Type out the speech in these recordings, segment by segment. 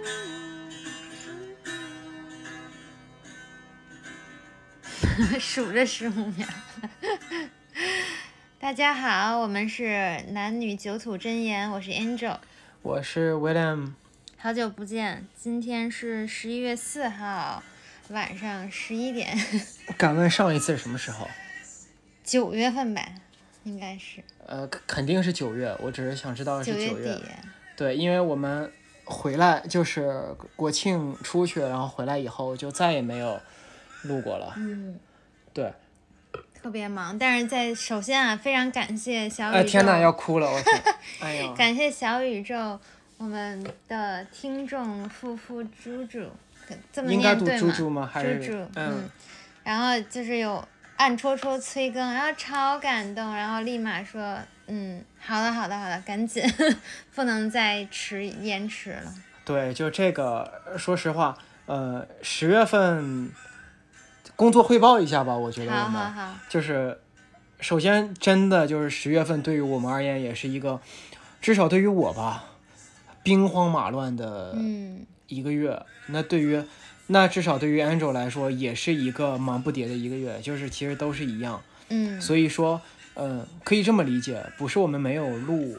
数着十五秒。 大家好，我们是男女九土真言，我是 Angel，我是 William，好久不见，今天是十一月四号晚上十一点，敢问上一次是什么时候？九月份吧，应该是呃，肯肯定是九月，我只是想知道是九九底。对，因为我们回来就是国庆出去，然后回来以后就再也没有录过了。嗯，对，特别忙，但是在首先啊，非常感谢小宇宙，哎天呐，要哭了， 我天！哎呀，感谢小宇宙，我们的听众夫妇猪猪，这么应该念读对猪吗？猪吗？还是猪猪嗯嗯，然后就是有暗戳戳催更，然后超感动，然后立马说，嗯，好的，好的，好的，赶紧， 不能再迟延迟了。对，就这个，说实话，呃，十月份工作汇报一下吧，我觉得我好好们好，就是，首先真的就是十月份对于我们而言也是一个，至少对于我吧，兵荒马乱的嗯，一个月。那对于那至少对于 Angel 来说也是一个忙不迭的一个月，就是其实都是一样。嗯，所以说，呃，可以这么理解，不是我们没有录，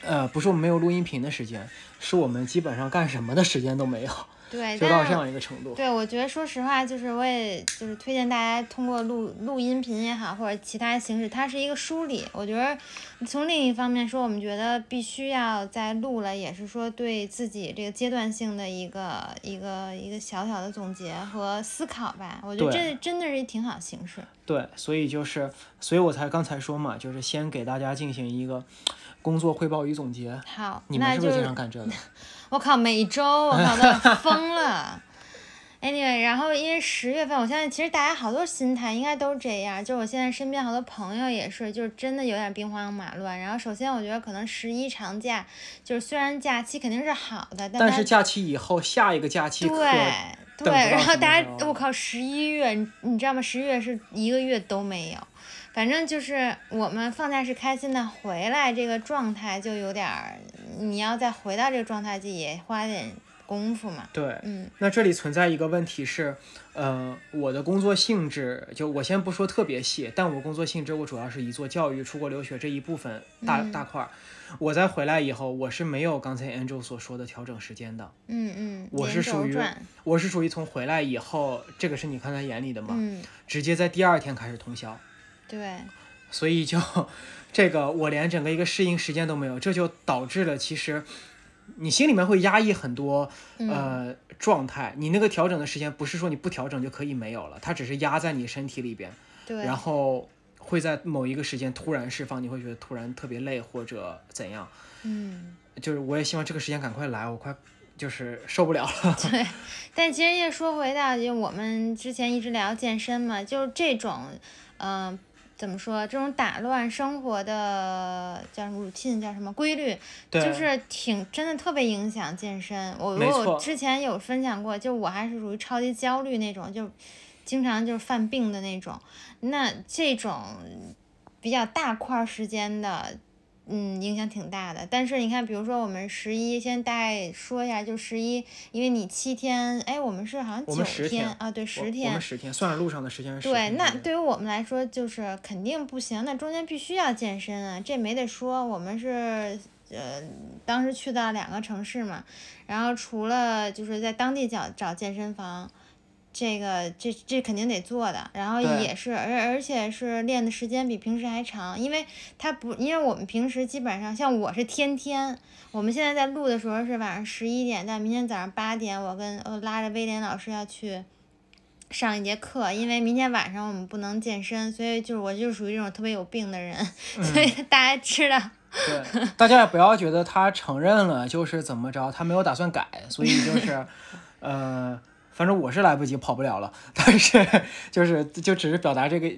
呃，不是我们没有录音频的时间，是我们基本上干什么的时间都没有，对，就到但这是样一个程度。对，我觉得说实话，就是我也就是推荐大家通过录录音频也好，或者其他形式，它是一个梳理。我觉得从另一方面说，我们觉得必须要在录了，也是说对自己这个阶段性的一个一个一个小小的总结和思考吧。我觉得对这真的是一挺好形式。对，所以就是，所以我才刚才说嘛，就是先给大家进行一个工作汇报与总结。好，你们那是不就是经常干这个？我靠，每周我靠都要疯了。Anyway，然后因为十月份，我相信其实大家好多心态应该都这样，就我现在身边好多朋友也是，就是真的有点兵荒马乱。然后首先我觉得可能十一长假，就是虽然假期肯定是好的，但但它是假期以后，下一个假期对可对，等不到然后什么大时家候我靠，十一月你你知道吗？十一月是一个月都没有，反正就是我们放假是开心的，回来这个状态就有点儿，你要再回到这个状态就也花点功夫嘛。对。嗯那这里存在一个问题是，呃，我的工作性质，就我先不说特别细，但我工作性质我主要是以做教育、出国留学这一部分大、嗯大块儿。我再回来以后，我是没有刚才 Angel 所说的调整时间的，嗯嗯，我连是轴属于转我是属于从回来以后，这个是你刚才眼里的嘛，嗯直接在第二天开始通宵。对，呃所以就这个我连整个一个适应时间都没有，这就导致了其实你心里面会压抑很多嗯、呃状态，你那个调整的时间不是说你不调整就可以没有了，它只是压在你身体里边，对然后会在某一个时间突然释放，你会觉得突然特别累或者怎样，嗯。就是我也希望这个时间赶快来，我快就是受不了 了，但其实也说回到，就我们之前一直聊健身嘛，就是这种，嗯、怎么说？这种打乱生活的叫什么 routine，叫什么规律，对，就是挺真的特别影响健身。我没我错之前有分享过，就我还是属于超级焦虑那种，就经常就是犯病的那种。那这种比较大块儿时间的。嗯，影响挺大的。但是你看，比如说我们十一，先大概说一下，就十一，因为你七天，哎，我们是好像我九们10天啊，对，我十我天们，十天，算上路上的时间是10对，天那左右对于我们来说就是肯定不行，那中间必须要健身啊，这没得说。我们是呃，当时去到两个城市嘛，然后除了就是在当地找找健身房，这个这这肯定得做的，然后对也是而而且是练的时间比平时还长，因为它不因为我们平时基本上像我是天天，我们现在在录的时候是晚上十一点，但明天早上八点我跟呃拉着威廉老师要去。上一节课，因为明天晚上我们不能健身，所以就是我就属于这种特别有病的人， 所以大家知道，对，大家也不要觉得他承认了就是怎么着，他没有打算改，所以就是，呃，反正我是来不及跑不了 了，但是就是就只是表达这个，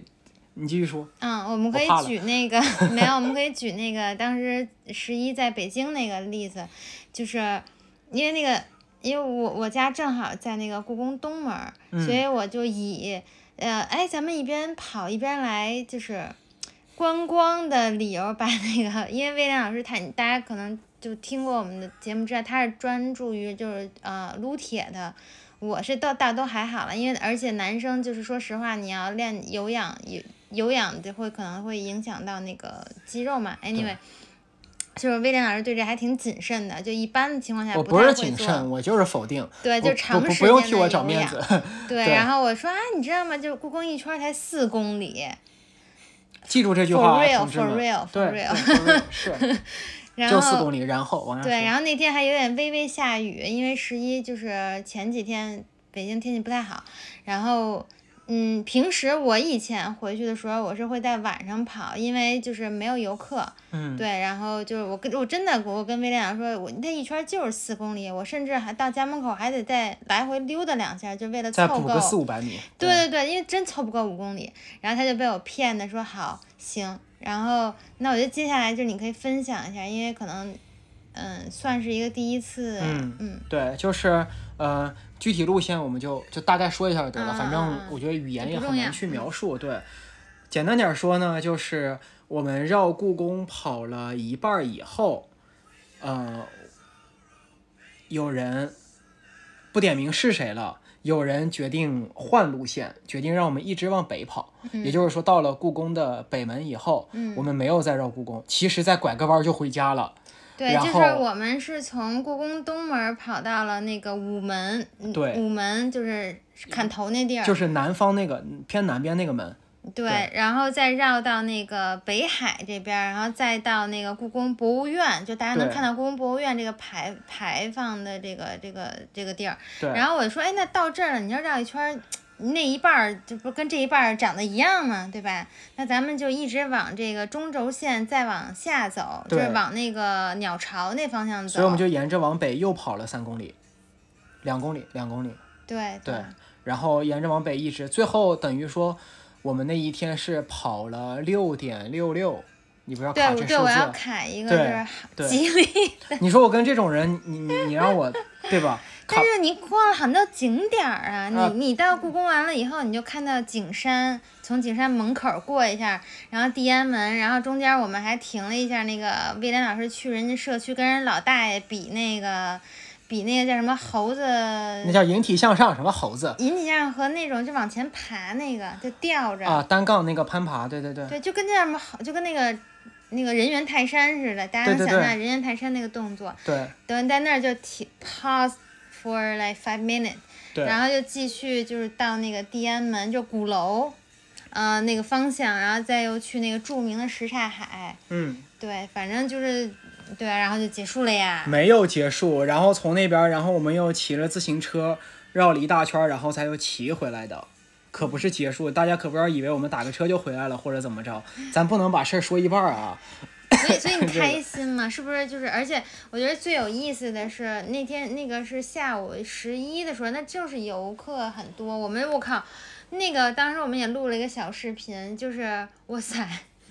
你继续说，嗯，我们可以怕了举那个 没有，我们可以举那个当时十一在北京那个例子，就是因为那个，因为我我家正好在那个故宫东门儿，嗯所以我就以呃，哎，咱们一边跑一边来，就是观光的理由把那个，因为威廉老师他大家可能就听过我们的节目，知道他是专注于就是呃撸铁的。我是倒倒都还好了，因为而且男生就是说实话，你要练有氧有有氧的会可能会影响到那个肌肉嘛。Anyway，就是威廉老师对这还挺谨慎的，就一般的情况下我哎不不太是会谨做。慎，我就是否定。对，不就不长不时不间用的替我找有面氧子。 对，对然后我说啊，你知道吗？就是故宫一圈儿才四公里记住这句话，for 啊，同志 real，for 们。 real，for 对 real。对是 然就四后公里，然后往下对，说然后那天还有点微微下雨，因为十一就是前几天北京天气不太好，然后。嗯，平时我以前回去的时候，我是会在晚上跑，因为就是没有游客，嗯，对，然后就是我跟我真的我跟威廉讲说，我那一圈儿就是四公里，我甚至还到家门口还得再来回溜达两下，就为了凑再够。补个四五百米。对对对，因为真凑不够五公里，然后他就被我骗的说好行，然后那我就接下来就是你可以分享一下，因为可能嗯算是一个第一次，嗯嗯对，就是呃，具体路线我们就就大概说一下就得了，啊反啊正啊我觉得语言不也重很要嗯难去描述。对，简单点儿说呢，就是我们绕故宫跑了一半儿以后，呃，有人不点名是谁了，有人决定换路线，决定让我们一直往北跑。嗯也就是说，到了故宫的北门以后，我们没有再绕故宫，其实再拐个弯儿就回家了。对，然就是后我们是从故宫东门儿跑到了那个午门，嗯对午门就是砍头那地儿，就是南方那个偏南边那个门，对，对然后再绕到那个北海这边儿，然后再到那个故宫博物院，就大家能对看到故宫博物院这个牌牌坊的这个这个这个地儿。对然后我就说，哎，那到这儿了，你要绕一圈儿，那一半儿这不跟这一半儿长得一样吗？对吧？那咱们就一直往这个中轴线再往下走，就是对往那个鸟巢那方向走。所以我们就沿着往北又跑了三公里，两公里，两公里，对对，然后沿着往北一直，最后等于说我们那一天是跑了六点六六，你不要对卡这数对，我要字，砍一个对就是对吉利，你说我跟这种人，你你你让我 对吧？卡但是你逛了很多景点儿啊，啊你你到故宫完了以后，你就看到景山，从景山门口儿过一下，然后地安门，然后中间我们还停了一下，那个威廉老师去人家社区跟人老大爷比那个，比那个叫什么猴子，那叫引体向上，什么猴子引体向上和那种就往前爬那个，就吊着，啊？单杠那个攀爬，对对对，对，就跟那什么好，就跟那个那个人猿泰山似的，大家对能对想对象人猿泰山那个动作，对等在那儿就停 pause for like five minutes。对然后就继续就是到那个地安门，就鼓楼，呃，那个方向，然后再又去那个著名的什刹海，嗯，对，反正就是对啊，然后就结束了呀。 没有结束。然后从那边，然后我们又骑着自行车绕了一大圈，然后才又骑回来的，可不是结束。大家可不要以为我们打个车就回来了或者怎么着，咱不能把事儿说一半儿啊。所以所以 你开心吗？是不是就是？而且我觉得最有意思的是那天那个是下午十一的时候，那就是游客很多。我们我靠，那个当时我们也录了一个小视频，就是哇塞。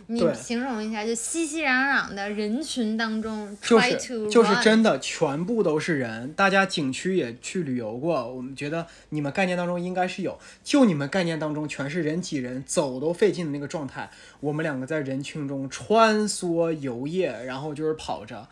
你对形容一下，就熙熙攘攘的人群当中就，try to 是就是 run 真的，全部都是人。大家景区也去旅游过，我们觉得你们概念当中应该是有，就你们概念当中全是人挤人，走都费劲的那个状态。我们两个在人群中穿梭游曳，然后就是跑着。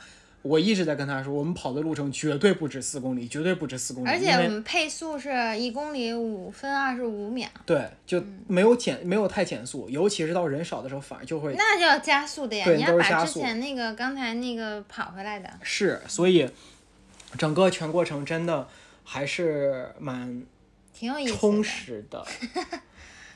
我一直在跟他说，我们跑的路程绝对不止四公里，绝对不止四公里，而且嗯因我为们配速是一公里五分二十五秒，对就嗯没有减，没有太减速，尤其是到人少的时候，反而就会那就要加速的呀！对你都要是把加之速前那个刚才那个跑回来的，是，所以整个全过程真的还是蛮挺有意思的。充实 的，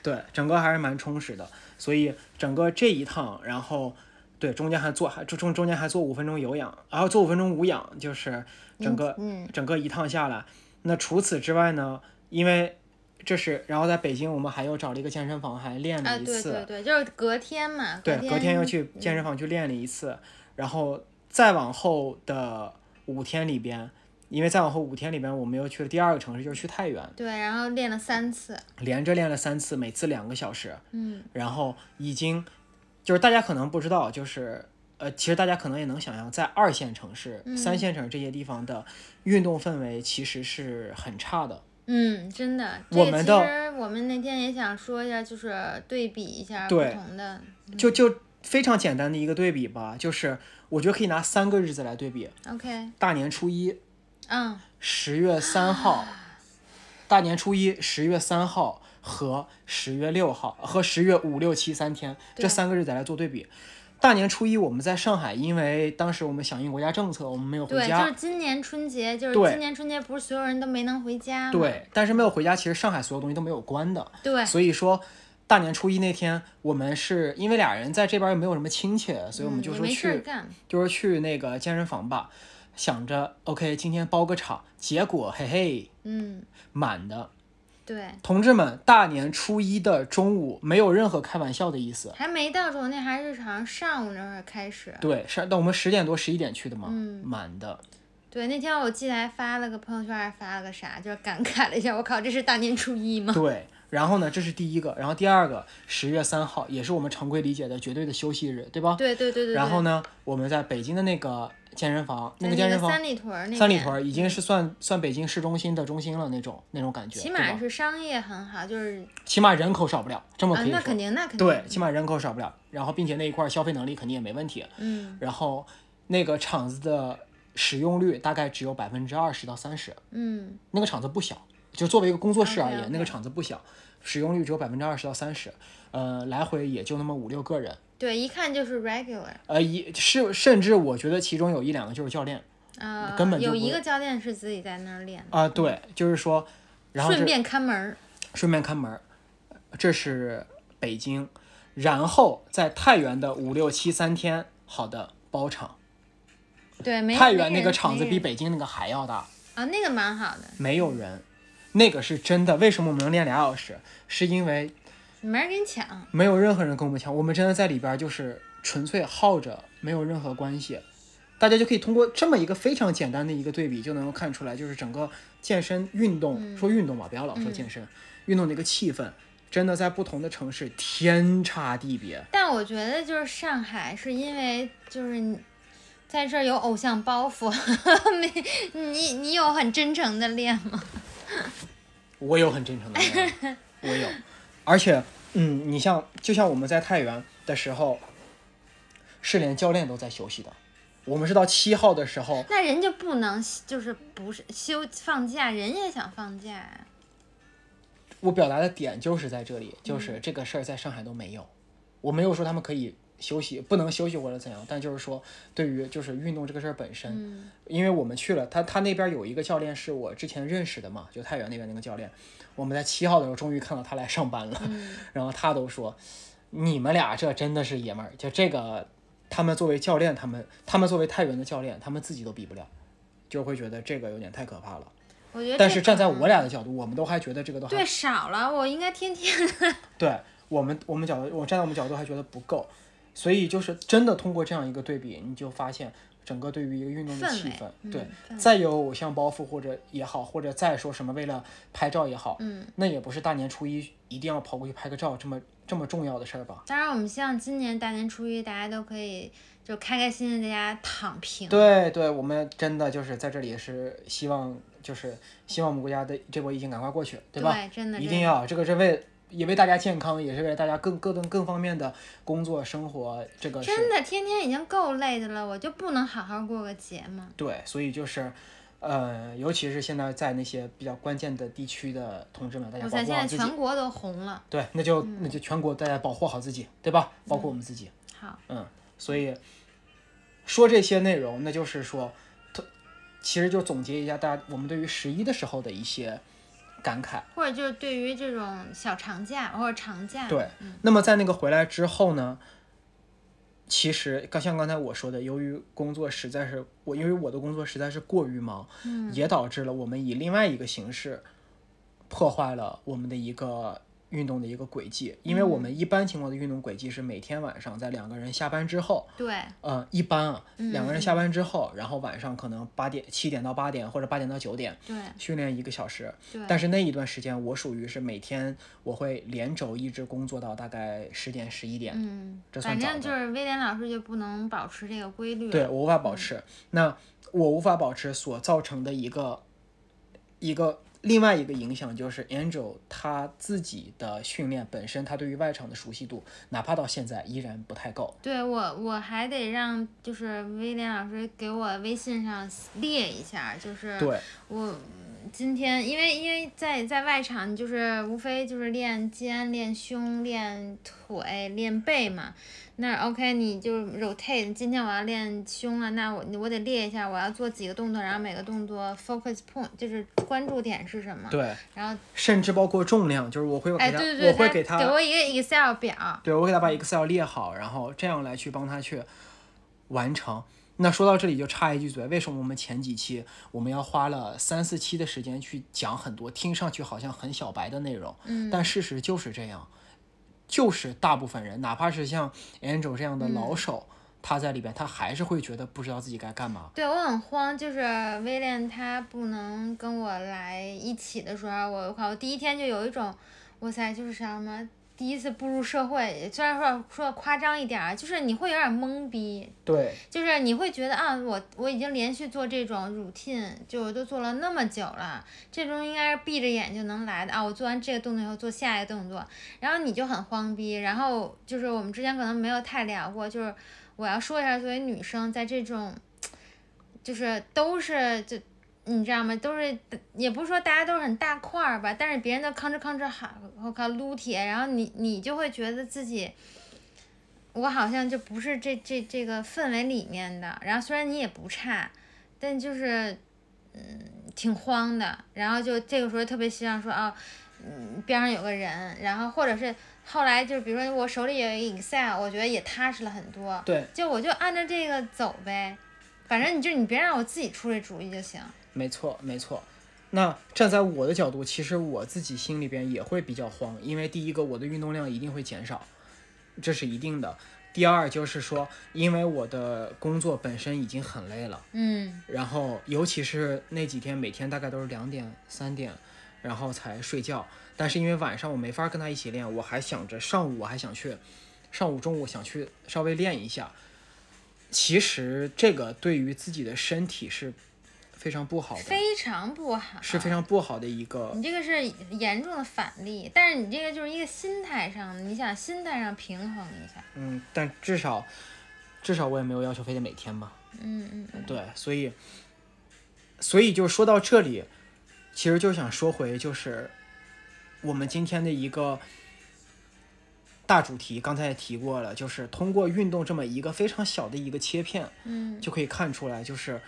对，整个还是蛮充实的。所以整个这一趟，然后对中间还做还中中间还做五分钟有氧，然后做五分钟无氧，就是整个、嗯，整个一趟下来。那除此之外呢，因为这是然后在北京我们还又找了一个健身房还练啊，了一对次，对对，就是隔天嘛，对，天嗯隔天又去健身房去练了一次，然后再往后的五天里边，因为再往后五天里边，我们又去了第二个城市，就是去太原。对，然后练了三次，连着练了三次，每次两个小时，嗯，然后已经就是大家可能不知道，就是呃，其实大家可能也能想象，在二线城市、三线城市这些地方的运动氛围其实是很差的。嗯，真的，这我个们其的实我们那天也想说一下，就是对比一下不对同的，就就非常简单的一个对比吧，就是我觉得可以拿三个日子来对比： OK，大年初一，嗯，十月三号，大年初一十月三号和十月六号和十月五六七三天这对三个日子来做对比。大年初一我们在上海，因为当时我们响应国家政策，我们没有回对，家。就是今年春节，就是对今年春节不是所有人都没能回家吗？对，但是没有回家，其实上海所有东西都没有关的，对所以说。大年初一那天，我们是因为俩人在这边又没有什么亲戚，所以我嗯们就也说没事去儿干，就是去那个健身房吧，想着 OK，今天包个场，结果嘿嘿，嗯，满的。对，同志们，大年初一的中午没有任何开玩笑的意思。还没到中午，那还是好像上午那会儿开始。对，是，但我们十点多、十一点去的嘛，嗯 满的。对，那天我记得还发了个朋友圈，还发了个啥，就是感慨了一下，我靠，这是大年初一吗？ 对，然后呢，这是第一个，然后第二个，十月三号也是我们常规理解的绝对的休息日，对吧？对对对对对。然后呢，我们在北京的那个健身房，在个健身房三里屯儿那三里边嗯屯儿已经是算算北京市中心的中心了那种那种感觉，起对码吧是商业很好，就是起码人口少不了，这么啊可以，说。那肯定，那肯定，对，起码人口少不了，然后并且那一块儿消费能力肯定也没问题。嗯然后那个场子的使用率大概只有百分之二十到三十，嗯，那个场子不小，就作为一个工作室而言 OK，OK 那个场子不小，使用率只有百分之二十到三十，呃，来回也就那么五六个人，对，一看就是 regular 呃，一是甚至我觉得其中有一两个就是教练啊、根本就有不一是个教练是自己在那儿练的，啊、对，就是说，然后顺是便看门儿，顺便看门儿，这是北京，然后在太原的五六七三天，好的包场。对，没太没原那个人场没子比人北京那个还要大，啊那个蛮好的，没有人，那个是真的。为什么我们能练俩小时？是因为没人给你抢，没有任何人跟我们抢，我们真的在里边儿就是纯粹耗着，没有任何关系。大家就可以通过这么一个非常简单的一个对比，就能够看出来，就是整个健身运动，说运动吧，不要老说健身，运动的一个气氛，真的在不同的城市天差地别。但我觉得就是上海是因为就是你在这儿有偶像包袱， 没你你有很真诚的练吗？我有很真诚的愿望我有，而且，嗯，你像就像我们在太原的时候，是连教练都在休息的，我们是到七号的时候，那人家不能就是不是休放假，人也想放假呀，我表达的点就是在这里，就是这个事儿在上海都没有，我没有说他们可以休息，不能休息或者怎样，但就是说对于就是运动这个事儿本身，嗯因为我们去了，他他那边有一个教练是我之前认识的嘛，就太原那边那个教练，我们在七号的时候终于看到他来上班了，嗯 然后他都说，你们俩这真的是爷们儿，就这个，他们作为教练，他们他们作为太原的教练，他们自己都比不了，就会觉得这个有点太可怕了。我觉得但这是可站在能我俩的角度，我们都还觉得这个都还对少了，我应该天天对我们我们角度，我站在我们角度还觉得不够，所以就是真的通过这样一个对比，你就发现整个对于一个运动的氛气围氛，嗯对，氛围再有偶像包袱或者也好，或者再说什么为了拍照也好， 嗯。那也不是大年初一一定要跑过去拍个照这么这么重要的事儿吧？当然，我们希望今年大年初一大家都可以就开开心心在家躺平。对对，我们真的就是在这里是希望，就是希望我们国家的这波疫情赶快过去，对吧？对真的一真定的要，这个是为也为大家健康，也是为了大家更各种各方面的工作生活，这个是真的天天已经够累的了，我就不能好好过个节吗？对，所以就是。呃，尤其是现在在那些比较关键的地区的同志们，大家我保操，护现好在自己。全国都嗯红了。对，那就、那就全国大家保护好自己，对吧？包括我们自己。好，嗯，所以说这些内容，那就是说，它其实就总结一下大家我们对于十一的时候的一些感慨。或者就是对于这种小长假或者长假，对，那么在那个回来之后呢，其实刚像刚才我说的，由于工作实在是我，由于我的工作实在是过于忙，嗯也导致了我们以另外一个形式破坏了我们的一个。运动的一个轨迹，因为我嗯们一般情况的运动轨迹是每天晚上在两个人下班之后，对呃，一般啊，嗯两个人下班之后，然后晚上可能八点、七点到八点或者八点到九点对训练一个小时。对但是那一段时间，我属于是每天我会连轴一直工作到大概十点、十一点，嗯，这算反早正的就是威廉老师就不能保持这个规律了。对我无法嗯保持。那我无法保持所造成的一个一个另外一个影响就是 Angel 他自己的训练本身，他对于外场的熟悉度，哪怕到现在依然不太够。对我，我还得让嗯就是威廉老师给我微信上列一下，就是对，我今天因为因为在在外场你就是无非就是练肩、练胸、练腿、练背嘛。那 OK，你就 rotate。今天我要练胸了，那我我得列一下，我要做几个动作，然后每个动作 focus point 就是关注点是什么。对，然后甚至包括重量，就是我会给嗯哎，他，对对对，我会他给他，给我一个 Excel 表。对我给他把 Excel 列好，然后这样来去帮他去完成。那说到这里就插一句嘴，为什么我们前几期我们要花了三四期的时间去讲很多听上去好像很小白的内容？嗯，但事实就是这样，就是大部分人，哪怕是像 Angel 这样的老手，他在里边他还是会觉得不知道自己该干嘛。对我很慌，就是威廉他不能跟我来一起的时候，啊我靠，我第一天就有一种，哇塞，就是什么第一次步入社会，虽然说说夸张一点儿，就是你会有点懵逼，对就是你会觉得啊，我我已经连续做这种 routine，就都做了那么久了，这种应该是闭着眼就能来的啊。我做完这个动作以后做下一个动作，然后你就很慌逼。然后就是我们之前可能没有太聊过，就是我要说一下，作为女生在这种，就是都是就。你知道吗？都是也不是说大家都是很大块儿吧，但是别人都吭哧吭哧喊，我靠撸铁，然后你你就会觉得自己，我好像就不是这这这个氛围里面的。然后虽然你也不差，但就是嗯挺慌的。然后就这个时候特别希望说啊、嗯边上有个人，然后或者是后来就比如说我手里有一个 Excel，我觉得也踏实了很多。对，就我就按照这个走呗，反正你就你别让我自己出这主意就行。没错没错。那站在我的角度，其实我自己心里边也会比较慌，因为第一个我的运动量一定会减少，这是一定的。第二就是说，因为我的工作本身已经很累了。嗯然后尤其是那几天，每天大概都是两点、三点，然后才睡觉。但是因为晚上我没法跟他一起练，我还想着上午我还想去，上午、中午想去稍微练一下。其实这个对于自己的身体是非常不好的，非常不好。是非常不好的一个。你这个是严重的反例，但是你这个就是一个心态上的，你想心态上平衡一下。嗯，但至少至少我也没有要求非得每天嘛。嗯嗯嗯，对，所以，所以就说到这里，其实就想说回就是我们今天的一个大主题，刚才也提过了，就是通过运动这么一个非常小的一个切片，嗯，就可以看出来，就是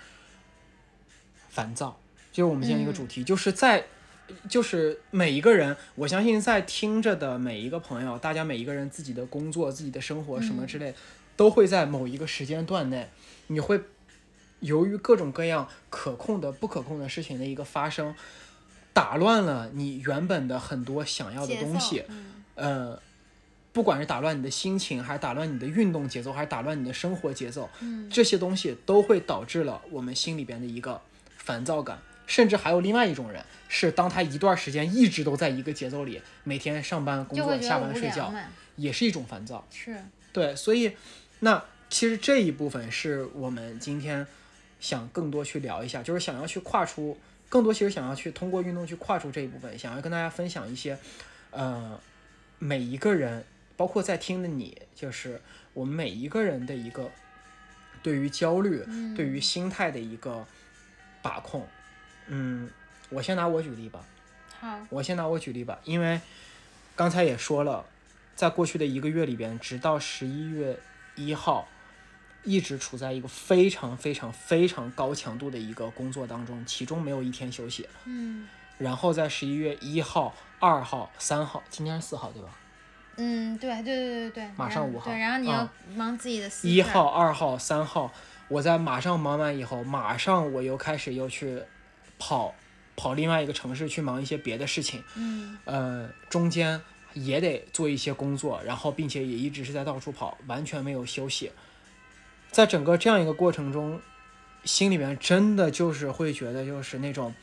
烦躁，就是我们今天一个主嗯题，就是在。就是每一个人，我相信在听着的每一个朋友，大家每一个人自己的工作、自己的生活什么嗯之类，都会在某一个时间段内，你会由于各种各样可控的、不可控的事情的一个发生，打乱了你原本的很多想要的节东奏西。嗯呃，不管是打乱你的心情，还是打乱你的运动节奏，还是打乱你的生活节奏，嗯这些东西都会导致了我们心里边的一个烦躁感。甚至还有另外一种人，是当他一段时间一直都在一个节奏里，每天上班工就会作，觉下得班无睡聊觉，嘛。也是一种烦躁。是，对，所以那其实这一部分是我们今天想更多去聊一下，就是想要去跨出更多，其实想要去通过运动去跨出这一部分，想要跟大家分享一些，呃，每一个人，包括在听的你，就是我们每一个人的一个对于焦虑、嗯，对于心态的一个把控。嗯，我先拿我举例吧。好，我先拿我举例吧，因为刚才也说了，在过去的一个月里边，直到十一月一号，一直处在一个非常非常非常高强度的一个工作当中，其中没有一天休息。嗯然后在十一月一号、二号、三号，今天是四号对吧？嗯，对对对对对，马然上后五号对，然后你要啊忙自己的私一事儿，号、二号、三号，我在马上忙完以后，马上我又开始又去跑跑另外一个城市去忙一些别的事情。嗯呃，中间也得做一些工作，然后并且也一直是在到处跑，完全没有休息。在整个这样一个过程中，心里面真的就是会觉得就是那种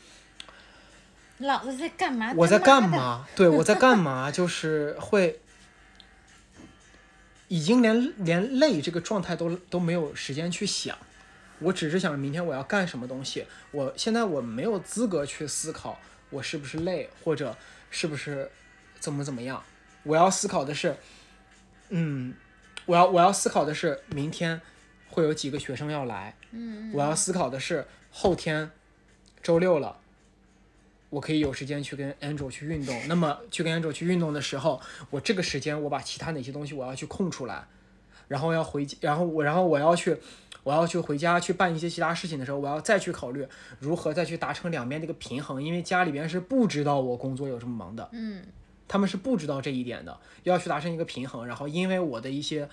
老子在干嘛？我他在妈干的？嘛？对，我在干嘛？ 就是会已经连连累这个状态都都没有时间去想，我只是想着明天我要干什么东西。我现在我没有资格去思考我是不是累，或者是不是怎么怎么样。我要思考的是，嗯，我要我要思考的是明天会有几个学生要来，嗯嗯我要思考的是后天周六了，我可以有时间去跟 Angel 去运动。那么去跟 Angel 去运动的时候，我这个时间我把其他哪些东西我要去空出来，然后要回，然后我然后我要去。我要去回家去办一些其他事情的时候，我要再去考虑如何再去达成两边的一个平衡，因为家里边是不知道我工作有这么忙的，嗯，他们是不知道这一点的，要去达成一个平衡。然后因为我的一些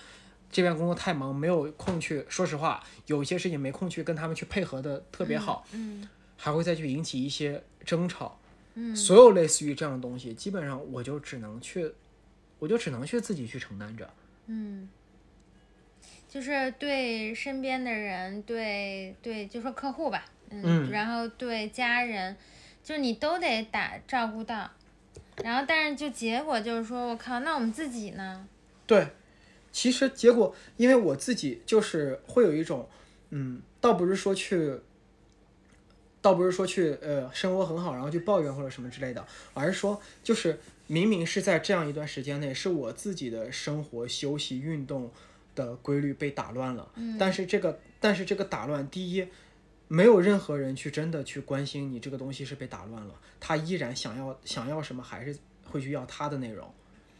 这边工作太忙，没有空去，说实话，有一些事情没空去跟他们去配合的特别好，嗯还会再去引起一些争吵。嗯所有类似于这样的东西，基本上我就只能去，我就只能去自己去承担着。嗯，就是对身边的人，对对，就说客户吧，嗯，嗯然后对家人，就是你都得打照顾到。然后，但是就结果就是说，我靠，那我们自己呢？对，其实结果，因为我自己就是会有一种，嗯，倒不是说去，倒不是说去呃生活很好，然后去抱怨或者什么之类的，而是说就是明明是在这样一段时间内，是我自己的生活、休息、运动的规律被打乱了，嗯但是这个，但是这个打乱，第一。没有任何人去真的去关心你这个东西是被打乱了，他依然想要想要什么还是会去要他的内容。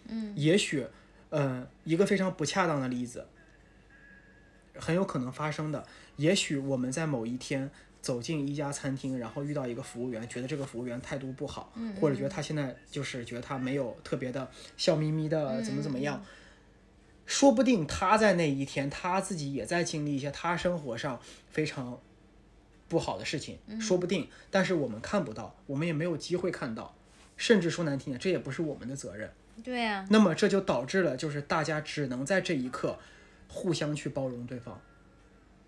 嗯也许，呃，一个非常不恰当的例子，很有可能发生的。也许我们在某一天走进一家餐厅，然后遇到一个服务员，觉得这个服务员态度不好，嗯或者觉得他现在就是觉得他没有特别的笑眯眯的嗯怎么怎么样。说不定他在那一天，他自己也在经历一些他生活上非常不好的事情，嗯说不定，但是我们看不到，我们也没有机会看到，甚至说难听点，这也不是我们的责任。对呀、那么这就导致了，就是大家只能在这一刻互相去包容对方，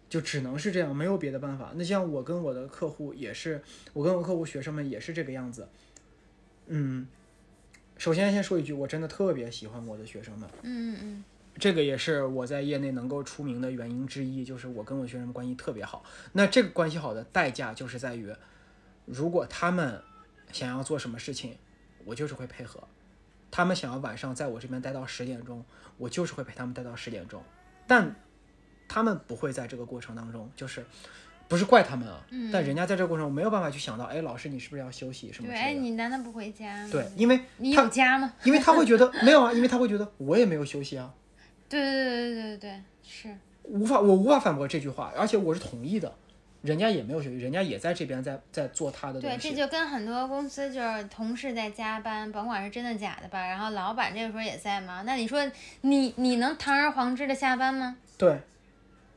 就只能是这样，没有别的办法。那像我跟我的客户也是，我跟我客户学生们也是这个样子。嗯，首先先说一句，我真的特别喜欢我的学生们，嗯嗯这个也是我在业内能够出名的原因之一，就是我跟我学生们关系特别好。那这个关系好的代价就是在于，如果他们想要做什么事情，我就是会配合；他们想要晚上在我这边待到十点钟，我就是会陪他们待到十点钟。但他们不会在这个过程当中，就是不是怪他们啊，嗯但人家在这个过程中没有办法去想到，哎，老师你是不是要休息什嗯，么对，之哎，类的。你难道不回家吗？对，，因为你他有家吗？因为他会觉得没有啊，因为他会觉得我也没有休息啊。对对对对对对，是，无法，我无法反驳这句话，而且我是同意的。人家也没有学习，人家也在这边在在做他的对，东这西。就跟很多公司就是同事在加班，甭管是真的假的吧，然后老板这个时候也在忙，那你说你你能堂而皇之的下班吗？对，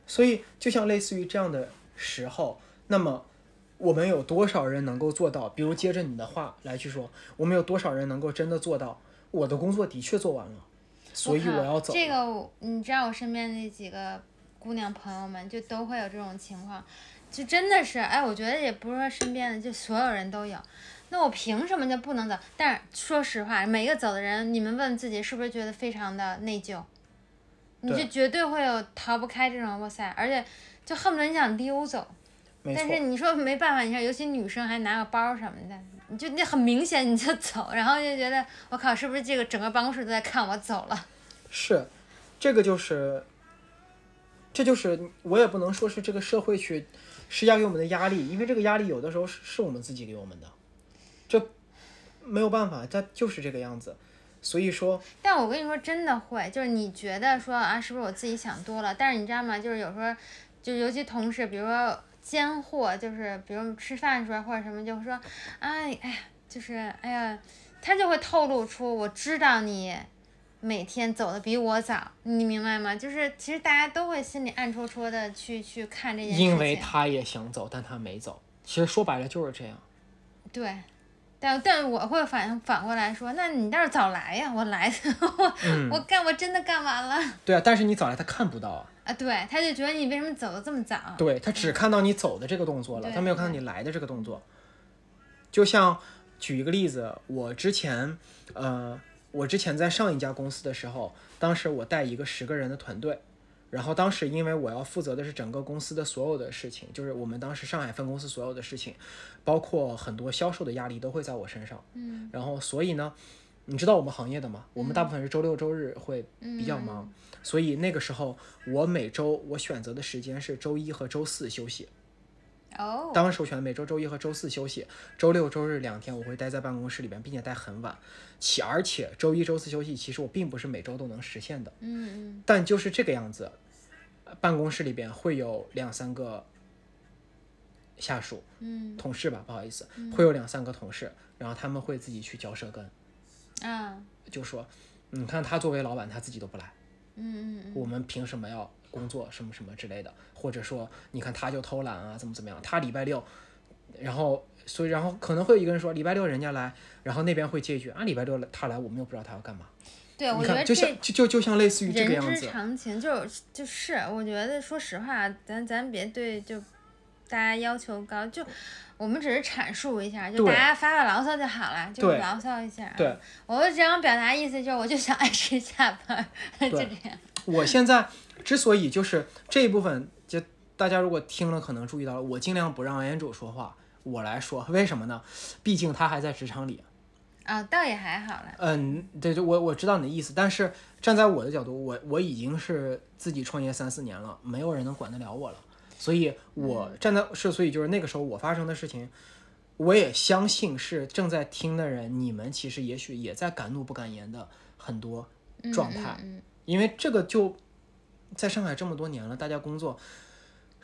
所以就像类似于这样的时候，那么我们有多少人能够做到？比如接着你的话来去说，我们有多少人能够真的做到？我的工作的确做完了，所以靠我要走。这个我你知道我身边那几个姑娘朋友们就都会有这种情况，就真的是哎，我觉得也不是说身边的，就所有人都有。那我凭什么就不能走？但是说实话，每个走的人，你们问自己是不是觉得非常的内疚？你就对绝对会有逃不开这种哇塞，而且就恨不得你想溜走。没但是错，你说没办法，你说尤其女生还拿个包什么的，你就那很明显你就走，然后就觉得我靠，是不是这个整个办公室都在看我走了？是这个就是，这就是我也不能说是这个社会去施加给我们的压力，因为这个压力有的时候是是我们自己给我们的，这没有办法，它就是这个样子。所以说，但我跟你说，真的会，就是你觉得说啊，是不是我自己想多了？但是你知道吗？就是有时候，就尤其同事，比如说监货，就是比如吃饭的时候或者什么，就会说啊，哎呀，就是哎呀，他就会透露出我知道你每天走的比我早，你明白吗？就是其实大家都会心里暗戳戳的去去看这件事情，因为他也想走，但他没走。其实说白了就是这样。对。但但我会反反过来说，那你倒是早来呀！我来， 我、嗯我干我真的干完了。对啊，但是你早来他看不到啊，啊，对，他就觉得你为什么走的这么早？对他只看到你走的这个动作了，啊嗯对他没有看到你来的这个动作。就像举一个例子，我之前，呃，我之前在上一家公司的时候，当时我带一个十个人的团队，然后当时因为我要负责的是整个公司的所有的事情，就是我们当时上海分公司所有的事情，包括很多销售的压力都会在我身上。嗯，然后所以呢，你知道我们行业的嘛，我们大部分是周六周日会比较忙，所以那个时候我每周我选择的时间是周一和周四休息。啊、哦，单位授权每周周一和周四休息，周六周日两天我会待在办公室里边，并且待很晚。且而且周一周四休息，其实我并不是每周都能实现的，嗯但就是这个样子，呃办公室里边会有两三个下属嗯同事吧，不好意思，会有两三个同事，然后他们会自己去嚼舌根，嗯啊，就说，你看他作为老板，他自己都不来。嗯嗯嗯我们凭什么要工作什么什么之类的，或者说你看他就偷懒啊，怎么怎么样，他礼拜六，然后所以然后可能会有一个人说礼拜六人家来，然后那边会接一句啊礼拜六他来，我们又不知道他要干嘛，对，我你觉得看就这像就就就像类似于这个人样之子，常情，就是就是，我觉得说实话，咱咱别对就大家要求高，就我们只是阐述一下，就大对家发发牢骚就好了，就是对牢骚一下。啊对，我只想表达意思就是，我就想按时下班， 就这样。我现在之所以就是这一部分，就大家如果听了可能注意到了，我尽量不让 Andrew 说话，我来说，为什么呢？毕竟他还在职场里，啊、倒也还好啦。嗯，对，就我我知道你的意思，但是站在我的角度，我我已经是自己创业三四年了，没有人能管得了我了，所以我嗯站在是，所以就是那个时候我发生的事情，我也相信是正在听的人，你们其实也许也在敢怒不敢言的很多嗯状态，嗯因为这个就在上海这么多年了，大家工作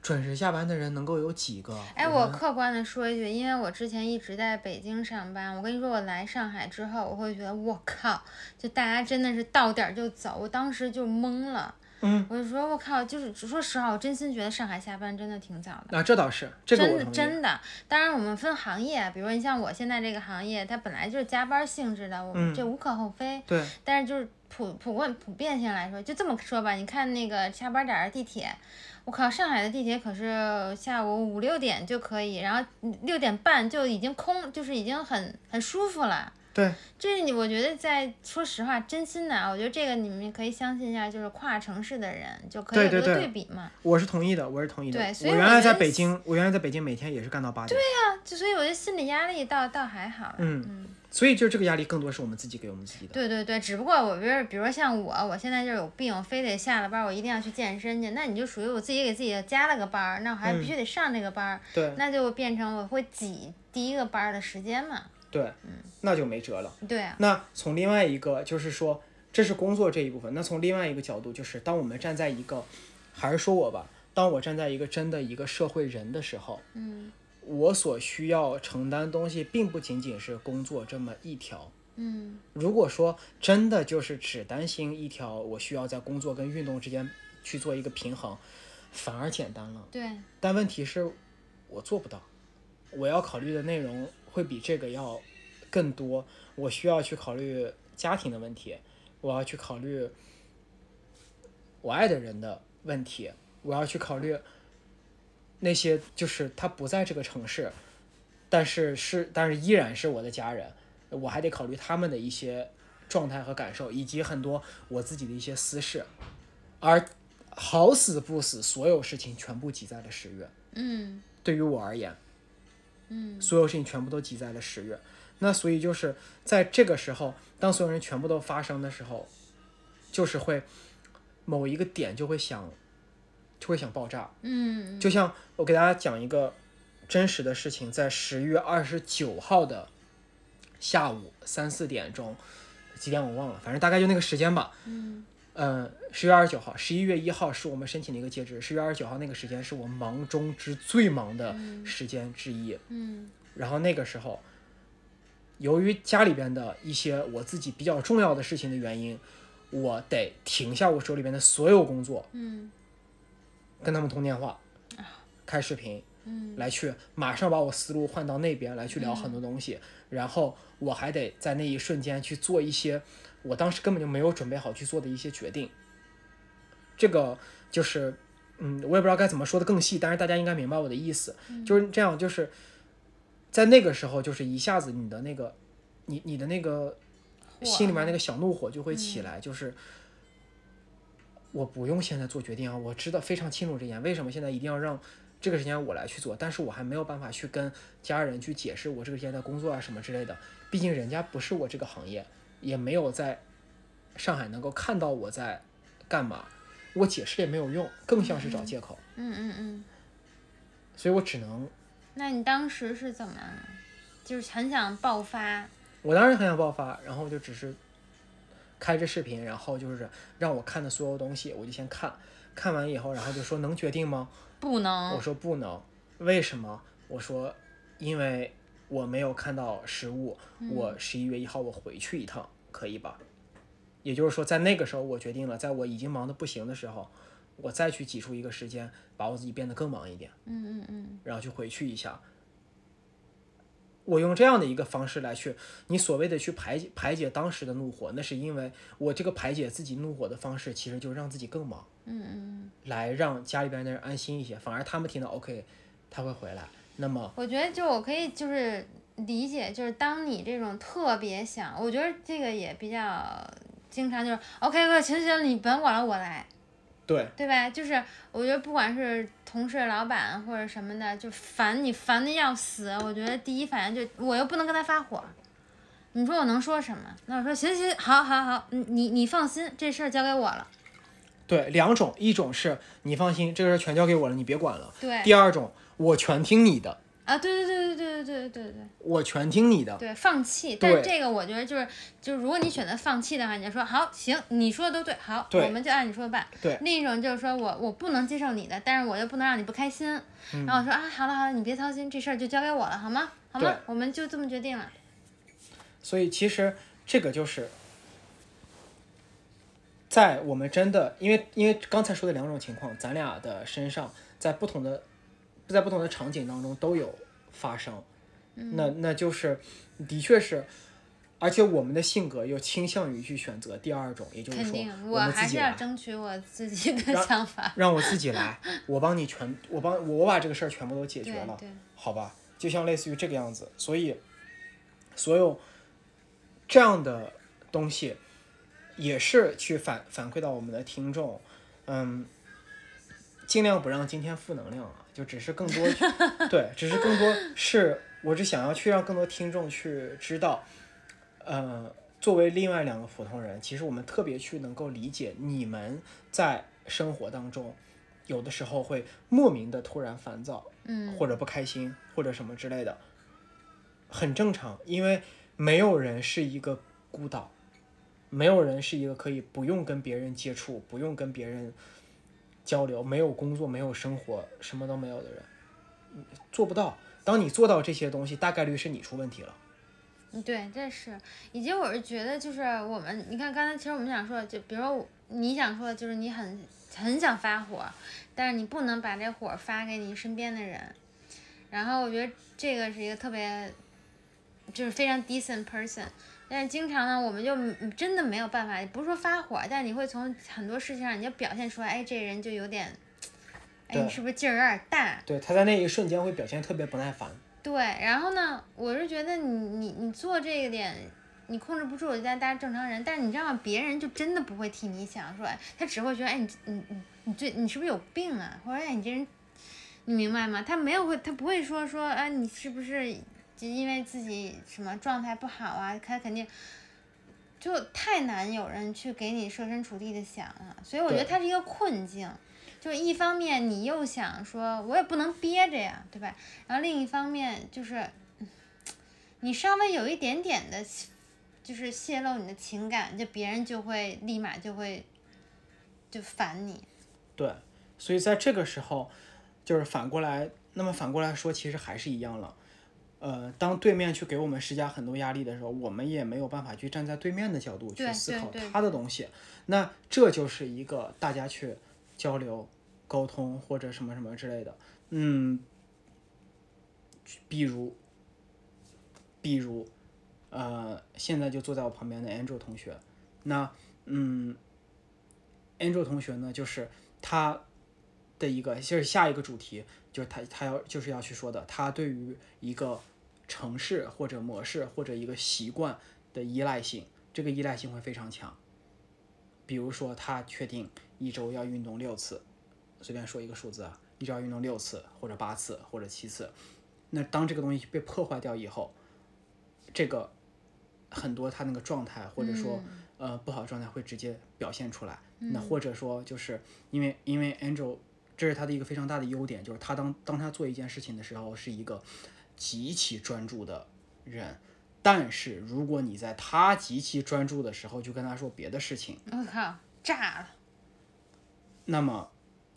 准时下班的人能够有几个？嗯哎，我我们客观的说一句，因为我之前一直在北京上班，我跟你说，我来上海之后，我会觉得我靠，就大家真的是到点儿就走，我当时就懵了。嗯，我就说我靠，就是说实话，我真心觉得上海下班真的挺早的。啊，这倒是这个真我的同意。真的，当然我们分行业啊，比如你像我现在这个行业，它本来就是加班性质的，我们嗯这无可厚非。对，但是就是普普遍普遍性来说，就这么说吧，你看那个下班点儿的地铁，我靠，上海的地铁可是下午五六点就可以，然后六点半就已经空，就是已经很很舒服了。对，这你我觉得在说实话，真心的啊，我觉得这个你们可以相信一下，就是跨城市的人就可以有对一个对对对比嘛。我是同意的，我是同意的。对所以我我原来觉在得北京，我原来在北京每天也是干到八点。啊就所以我觉得心理压力倒倒还好了。嗯所以就这个压力更多是我们自己给我们自己的。对对对，只不过我比如比如说像我，我现在就是有病，我非得下了班儿我一定要去健身去，那你就属于我自己给自己加了个班儿，那我还必嗯须得上这个班儿，对那就变成我会挤第一个班儿的时间嘛。对，那就没辙了。对啊，那从另外一个就是说，这是工作这一部分。那从另外一个角度，就是当我们站在一个，还是说我吧，当我站在一个真的一个社会人的时候，嗯我所需要承担东西，并不仅仅是工作这么一条。嗯如果说真的就是只担心一条，我需要在工作跟运动之间去做一个平衡，反而简单了。对，但问题是，我做不到。我要考虑的内容会比这个要更多，我需要去考虑家庭的问题，我要去考虑我爱的人的问题，我要去考虑那些就是他不在这个城市，但是是但是依然是我的家人，我还得考虑他们的一些状态和感受，以及很多我自己的一些私事，而好死不死，所有事情全部挤在了十月。嗯对于我而言，嗯所有事情全部都挤在了十月。那所以就是在这个时候，当所有人全部都发生的时候，就是会某一个点就会想，就会想爆炸。嗯，就像我给大家讲一个真实的事情，在十月二十九号的下午三四点钟，几点我忘了，反正大概就那个时间吧。嗯嗯，十月二十九号，十一月一号是我们申请的一个截止。十月二十九号那个时间是我忙中之最忙的嗯时间之一。嗯然后那个时候，由于家里边的一些我自己比较重要的事情的原因，我得停下我手里边的所有工作，嗯跟他们通电话，开视频，啊嗯来去马上把我思路换到那边来去聊很多东嗯西，然后我还得在那一瞬间去做一些我当时根本就没有准备好去做的一些决定。这个就是，嗯，我也不知道该怎么说的更细，但是大家应该明白我的意思，就是这样，就是在那个时候，就是一下子你的那个，你你的那个火心里面那个小怒火就会起来，就是我不用现在做决定啊，我知道非常清楚这一点，为什么现在一定要让这个时间我来去做，但是我还没有办法去跟家人去解释我这个时间的工作啊什么之类的，毕竟人家不是我这个行业，也没有在上海能够看到我在干嘛，我解释也没有用，更像是找借口，嗯嗯嗯所以我只能那你当时是怎么，就是很想爆发？我当时很想爆发，然后就只是开着视频，然后就是让我看的所有东西，我就先看，看完以后，然后就说能决定吗？不能我，说不能，为什么？我说因为我没有看到实物，我十一月一号我回去一趟，可以吧？也就是说，在那个时候我决定了，在我已经忙得不行的时候，我再去挤出一个时间，把我自己变得更忙一点，嗯嗯嗯，然后去回去一下。我用这样的一个方式来去，你所谓的去排解排解当时的怒火，那是因为我这个排解自己怒火的方式，其实就是让自己更忙。嗯来让家里边的人安心一些，反而他们听到 OK，他会回来。那么，我觉得就我可以就是理解，就是当你这种特别想，我觉得这个也比较经常就是 OK 哥，行行，你甭管了，我来。对对吧？就是我觉得不管是同事、老板或者什么的，就烦你烦的要死。我觉得第一反应就我又不能跟他发火，你说我能说什么？那我说行行，好好好，你你你放心，这事儿交给我了。对，两种，一种是你放心，这个事儿全交给我了，你别管了；对第二种，我全听你的，啊，对对对对对对对对对我全听你的。对，放弃。对但这个我觉得就是就是，如果你选择放弃的话，你就说好行，你说的都对，好，对我们就按你说的办。对另一种就是说我我不能接受你的，但是我又不能让你不开心。嗯然后我说啊，好了好了，你别操心，这事儿就交给我了，好吗？好吗对？我们就这么决定了。所以其实这个就是，在我们真的，因为因为刚才说的两种情况，咱俩的身上在不同的在不同的场景当中都有发生，嗯那那就是的确是。而且我们的性格又倾向于去选择第二种，也就是肯说定，，我我们自还己是要来，争取我自己的想法。让我自己来，我帮你全，我帮我我把这个事儿全部都解对决了，对，好吧，就像类似于这个样子，所以所有这样的东西也是去反反馈到我们的听众，嗯，尽量不让今天负能量啊，就只是更多对，只是更多是我只想要去让更多听众去知道，呃，作为另外两个普通人，其实我们特别去能够理解你们在生活当中。有的时候会莫名的突然烦躁，嗯，或者不开心或者什么之类的，很正常，因为没有人是一个孤岛，没有人是一个可以不用跟别人接触、不用跟别人交流、没有工作、没有生活、什么都没有的人，嗯做不到。当你做到这些东西，大概率是你出问题了。嗯对，这是，以及我是觉得就是我们，你看刚才其实我们想说的，就比如说你想说的就是你很很想发火，但是你不能把这火发给你身边的人。然后我觉得这个是一个特别，就是非常 decent person。但是经常呢，我们就嗯真的没有办法，不是说发火，但你会从很多事情上你就表现出来，哎，这人就有点，哎，你对是不是劲儿有点大？对，他在那一瞬间会表现特别不耐烦。对，然后呢，我是觉得你你你做这个点，你控制不住，但大家正常人，但是你知道吗？别人就真的不会替你想，说，哎，他只会觉得，哎，你你你你最你是不是有病啊？或者哎，你这人，你明白吗？他没有会，他不会说说，哎，你是不是就因为自己什么状态不好啊？他肯定。就太难有人去给你设身处地的想了，所以我觉得对它是一个困境，就是一方面你又想说，我也不能憋着呀，对吧？然后另一方面就是，嗯你稍微有一点点的，就是泄露你的情感，就别人就会立马就会就烦你。对，所以在这个时候，就是反过来，那么反过来说，其实还是一样了。呃，当对面去给我们施加很多压力的时候，我们也没有办法去站在对面的角度去对思对考对他的东西。那这就是一个大家去交流、沟通或者什么什么之类的。嗯，比如，比如，呃，现在就坐在我旁边的 Andrew 同学，那嗯，Andrew 同学呢，就是他的一个，就是下一个主题，就是他他要就是要去说的，他对于一个城市或者模式或者一个习惯的依赖性，这个依赖性会非常强。比如说，他确定一周要运动六次，随便说一个数字啊，一周要运动六次或者八次或者七次。那当这个东西被破坏掉以后，这个很多他那个状态或者说、呃不好的状态会直接表现出来。那或者说就是因为因为 Angel 这是他的一个非常大的优点，就是他当当他做一件事情的时候是一个极其专注的人。但是如果你在他极其专注的时候就跟他说别的事情，我靠，炸了！那么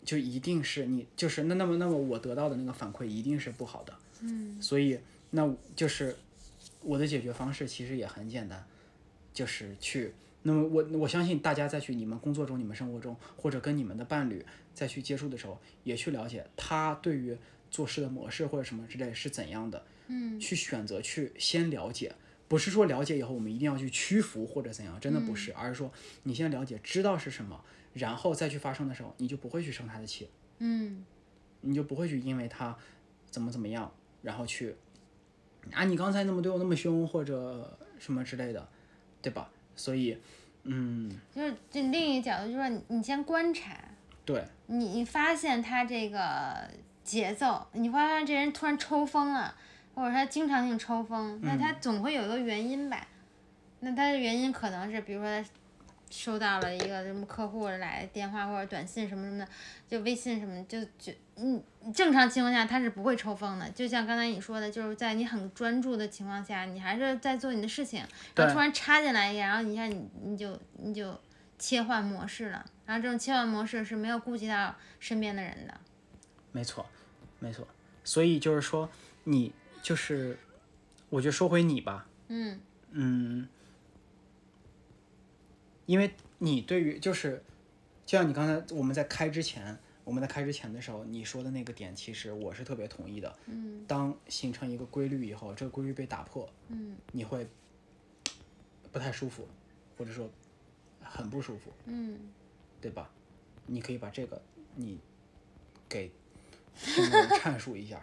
就一定是你就是那那么那么我得到的那个反馈一定是不好的。嗯，所以那就是我的解决方式其实也很简单，就是去。那么我我相信大家再去你们工作中、你们生活中，或者跟你们的伴侣再去接触的时候，也去了解他对于做事的模式或者什么之类是怎样的，嗯，去选择去先了解，不是说了解以后我们一定要去屈服或者怎样，真的不是，而是说你先了解知道是什么，然后再去发生的时候，你就不会去生他的气，嗯你就不会去因为他怎么怎么样，然后去啊你刚才怎么对我那么凶或者什么之类的，对吧？所以，嗯，就是就另一个角度，就是说你你先观察，对，你你发现他这个节奏，你发现这人突然抽风了，或者他经常性抽风，那他总会有一个原因吧？那他的原因可能是，比如说他收到了一个什么客户来电话或者短信什么什么的，就微信什么的就就嗯，正常情况下他是不会抽风的。就像刚才你说的，就是在你很专注的情况下，你还是在做你的事情，然后对突然插进来一个，然后你看你你就你就切换模式了，然后这种切换模式是没有顾及到身边的人的。没错，没错。所以就是说，你就是，我就说回你吧，嗯嗯，因为你对于就是，就像你刚才我们在开之前，我们在开之前的时候你说的那个点，其实我是特别同意的。嗯当形成一个规律以后，这个规律被打破，嗯你会不太舒服，或者说很不舒服。嗯，对吧？你可以把这个你给听众们阐述一 下。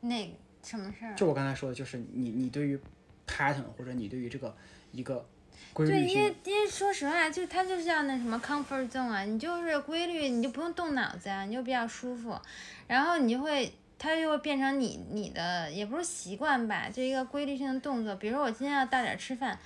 那个什么事儿？就我刚才说的，就是你你对于 pattern 或者你对于这个一个规对，律因性为，因为说实话，就它就是要那什么 comfort zone 啊，你就是规律，你就不用动脑子啊，你就比较舒服，然后你就会。它就会变成你你的也不是习惯吧，就一个规律性的动作。比如说我今天要到点儿吃饭，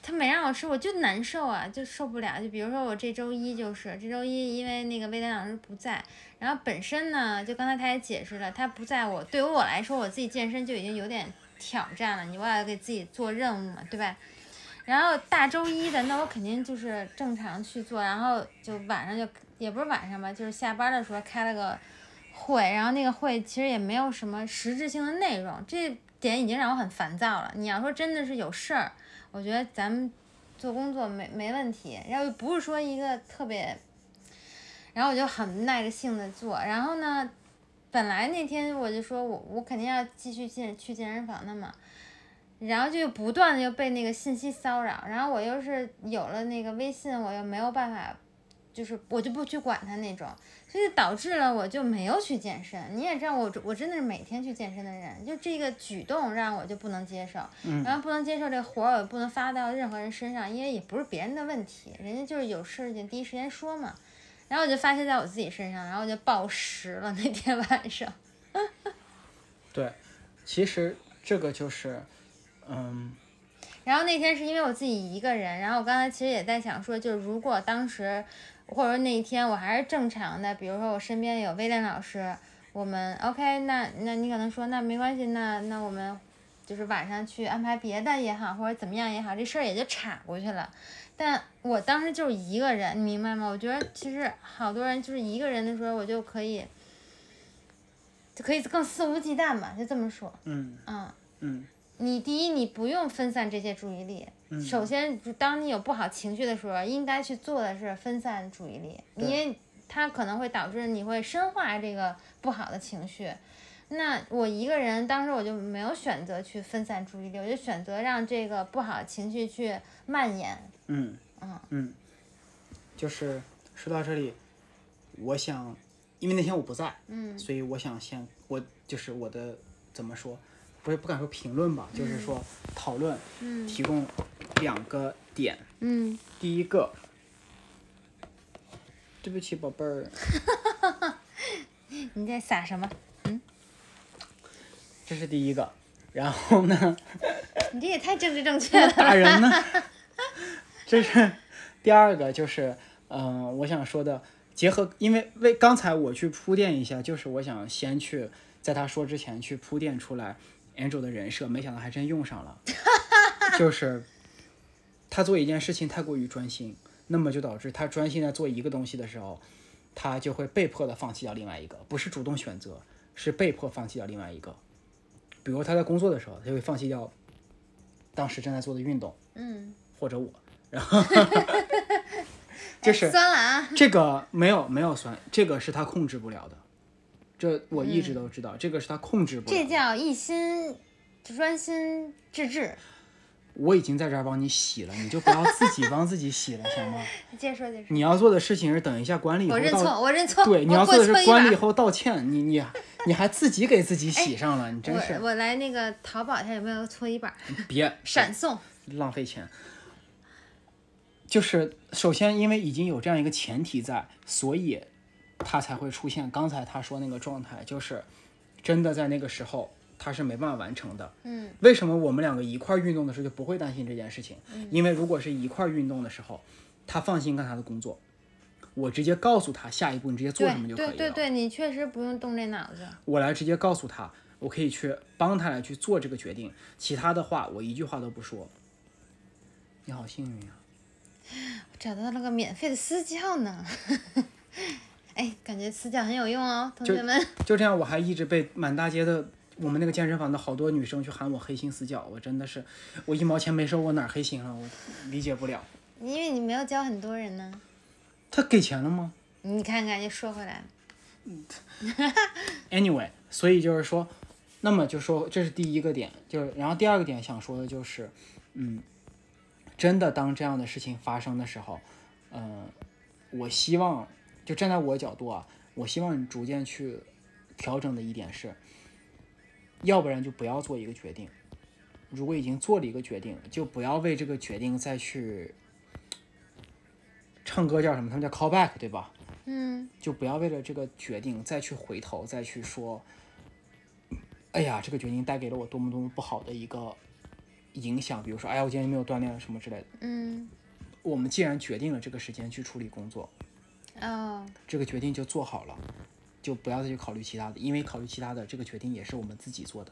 他没让我吃，我就难受啊，就受不了。就比如说我这周一就是这周一，因为那个魏丹老师不在，然后本身呢，就刚才他也解释了，他不在我对于我来说，我自己健身就已经有点挑战了，你我也给自己做任务嘛，对吧？然后大周一的，那我肯定就是正常去做，然后就晚上就也不是晚上吧，就是下班的时候开了个会，然后那个会其实也没有什么实质性的内容，这点已经让我很烦躁了。你要说真的是有事儿，我觉得咱们做工作没没问题，然后不是说一个特别，然后我就很耐着性子做，然后呢，本来那天我就说我我肯定要继续进去健身房的嘛，然后就不断的又被那个信息骚扰，然后我又是有了那个微信，我又没有办法，就是我就不去管它那种，所以导致了我就没有去健身。你也知道我，我真的是每天去健身的人，就这个举动让我就不能接受，然后不能接受这活儿，我也不能发到任何人身上，因为也不是别人的问题，人家就是有事情第一时间说嘛。然后我就发泄在我自己身上，然后我就暴食了那天晚上。对，其实这个就是，嗯，然后那天是因为我自己一个人，然后我刚才其实也在想说，就是如果当时或者说那一天我还是正常的，比如说我身边有威廉老师，我们 OK，那那你可能说那没关系，那那我们就是晚上去安排别的也好，或者怎么样也好，这事儿也就岔过去了。但我当时就是一个人，你明白吗？我觉得其实好多人就是一个人的时候，我就可以就可以更肆无忌惮吧，就这么说，嗯嗯。嗯，你第一，你不用分散这些注意力。首先，当你有不好情绪的时候，应该去做的是分散注意力，因为它可能会导致你会深化这个不好的情绪。那我一个人，当时我就没有选择去分散注意力，我就选择让这个不好的情绪去蔓延。嗯嗯嗯，就是说到这里，我想，因为那天我不在，嗯所以我想先我就是我的怎么说，不是不敢说评论吧，就是说讨论，嗯提供两个点，嗯，第一个，对不起，宝贝儿，你在撒什么？这是第一个。然后呢，你这也太政治正确了。打人 呢，这是第二个，就是嗯、呃我想说的，结合，因为为刚才我去铺垫一下，就是我想先去在他说之前去铺垫出来 Angel 的人设，没想到还真用上了，就是他做一件事情太过于专心，那么就导致他专心在做一个东西的时候，他就会被迫的放弃掉另外一个，不是主动选择，是被迫放弃掉另外一个。比如他在工作的时候，他就会放弃掉当时正在做的运动嗯，或者我，然后就是哎酸了啊， 这个没有没有酸，这个是他控制不了的，这我一直都知道，这个是他控制不嗯了这的。叫一心专心致志。我已经在这儿帮你洗了，你就不要自己帮自己洗了，行吗？接着说，接着说，你要做的事情是等一下管理以后我认道，错，我认错，对，你要我做过的错是一管把哎理以后道歉，你你你还自己给自己洗上了，你真嗯我是我来那个淘宝一下有没有搓衣板，别闪送。浪费钱。就是首先，因为已经有这样一个前提在，所以他才会出现刚才他说那个状态，就是真的在那个时候他是没办法完成的。嗯，为什么我们两个一块儿运动的时候就不会担心这件事情？嗯因为如果是一块儿运动的时候，他放心干他的工作，我直接告诉他下一步你直接做什么对就可以对了。对对，你确实不用动这脑子。我来直接告诉他，我可以去帮他来去做这个决定，其他的话我一句话都不说。你好幸运啊！我找到了个免费的私教呢。 哎，感觉私教很有用哦，同学们。 就这样，我还一直被满大街的我们那个健身房的好多女生去喊我黑心死角，我真的是，我一毛钱没收，我哪儿黑心了？我理解不了。因为你没有教很多人呢。他给钱了吗你看看，又说回来了， ？Anyway，所以就是说，那么就说这是第一个点，就是然后第二个点想说的就是，嗯，真的当这样的事情发生的时候，嗯，我希望就站在我角度啊，我希望你逐渐去调整的一点是，要不然就不要做一个决定。如果已经做了一个决定，就不要为这个决定再去唱歌叫什么？他们叫 call back，对吧？嗯，就不要为了这个决定再去回头再去说，哎呀，这个决定带给了我多么多么不好的一个影响。比如说，哎呀，我今天没有锻炼什么之类的。嗯，我们既然决定了这个时间去处理工作，哦，这个决定就做好了，就不要再去考虑其他的，因为考虑其他的这个决定也是我们自己做的。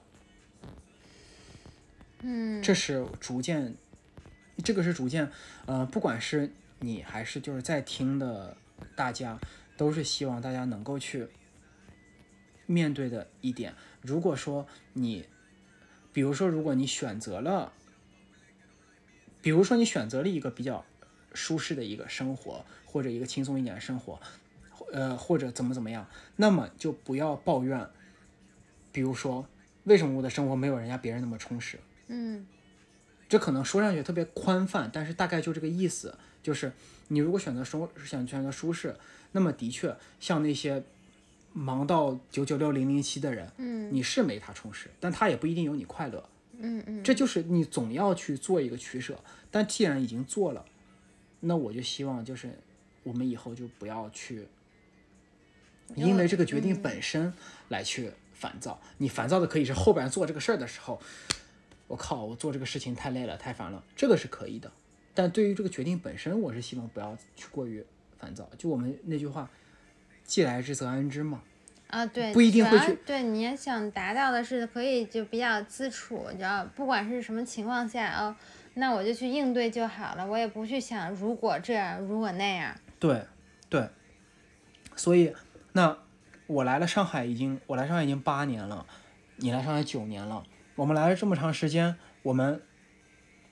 嗯，这是逐渐，这个是逐渐，呃，不管是你还是就是在听的大家，都是希望大家能够去面对的一点。如果说你，比如说，如果你选择了，比如说你选择了一个比较舒适的一个生活，或者一个轻松一点的生活，呃，或者怎么怎么样，那么就不要抱怨。比如说，为什么我的生活没有人家别人那么充实？嗯，这可能说上去特别宽泛，但是大概就这个意思，就是你如果选择舒选选择舒适，那么的确像那些忙到九九六零零七的人，嗯，你是没他充实，但他也不一定有你快乐，嗯嗯，这就是你总要去做一个取舍。但既然已经做了，那我就希望就是我们以后就不要去因为这个决定嗯本身来去烦躁。你烦躁的可以是后边做这个事儿的时候，我靠，我做这个事情太累了，太烦了，这个是可以的。但对于这个决定本身，我是希望不要去过于烦躁。就我们那句话，“既来之则安之”嘛。啊，对，不一定主会要去对，你也想达到的是可以就比较自处，你知道，不管是什么情况下哦，那我就去应对就好了，我也不去想如果这样，如果那样。对，对，所以那我来了上海已经，我来上海已经八年了，你来上海九年了，我们来了这么长时间，我们，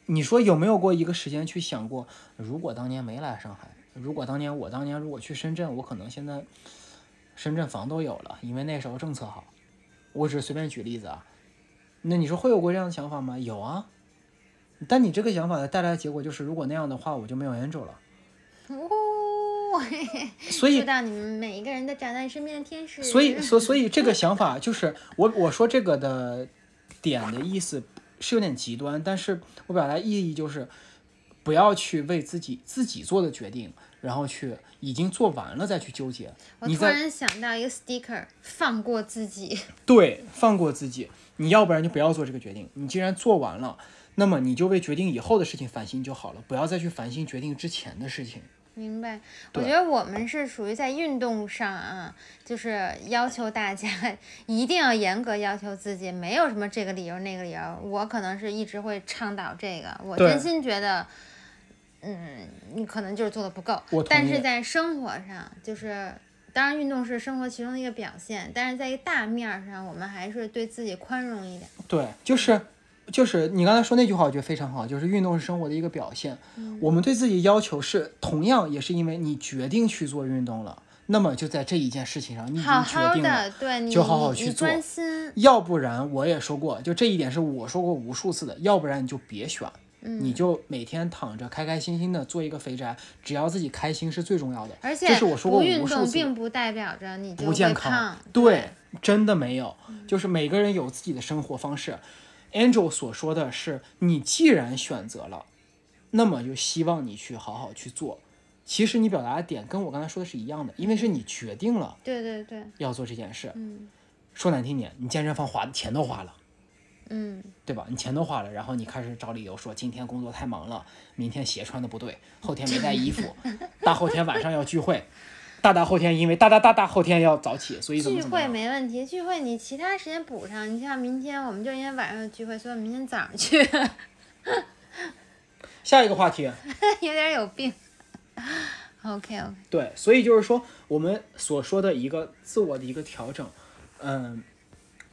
你说有没有过一个时间去想过，如果当年没来上海，如果当年我当年如果去深圳，我可能现在深圳房都有了，因为那时候政策好，我只是随便举例子啊，那你说会有过这样的想法吗？有啊，但你这个想法带来的结果就是，如果那样的话，我就没有 Angel 了，哦，嘿嘿所 以祝到你们每一个人都找到你身边的天使。所以，所所以这个想法就是我我说这个的点的意思是有点极端，但是我表达意义就是不要去为自己自己做的决定，然后去已经做完了再去纠结。我你突在然想到一个 sticker，放过自己。对放过自己，你要不然就不要做这个决定。你既然做完了，那么你就为决定以后的事情烦心就好了，不要再去烦心决定之前的事情。明白，我对觉得我们是属于在运动上啊，就是要求大家一定要严格要求自己，没有什么这个理由那个理由。我可能是一直会倡导这个，我对真心觉得，嗯，你可能就是做的不够我同。但意是在生活上，就是当然运动是生活其中的一个表现，但是在一个大面儿上，我们还是对自己宽容一点。对，就是就是你刚才说那句话，我觉得非常好，就是运动是生活的一个表现。嗯我们对自己要求是同样，也是因为你决定去做运动了，那么就在这一件事情上，你已好经决好定的，了。对你就好好你去你做关心，要不然我也说过，就这一点是我说过无数次的，要不然你就别选，嗯你就每天躺着开开心心的做一个肥宅，只要自己开心是最重要的。而这且是我说过不运无数动次的。并不代表着你就不健会康胖。，对，真的没有，就是每个人有自己的生活方式。Angel 所说的是，你既然选择了，那么就希望你去好好去做。其实你表达的点跟我刚才说的是一样的，因为是你决定了对对对，要做这件事。嗯说难听点，你健身房花的钱都花了。嗯，对吧？你钱都花了，然后你开始找理由说今天工作太忙了，明天鞋穿的不对，后天没带 衣服，大后天晚上要聚会，大大后天因为大大大大后天要早起，所以怎么聚怎么会样？没问题，聚会你其他时间补上。你像明天我们就因为晚上有聚会，所以明天早上去， 下一个话题，有点有病。OK OK，对，所以就是说我们所说的一个自我的一个调整，嗯，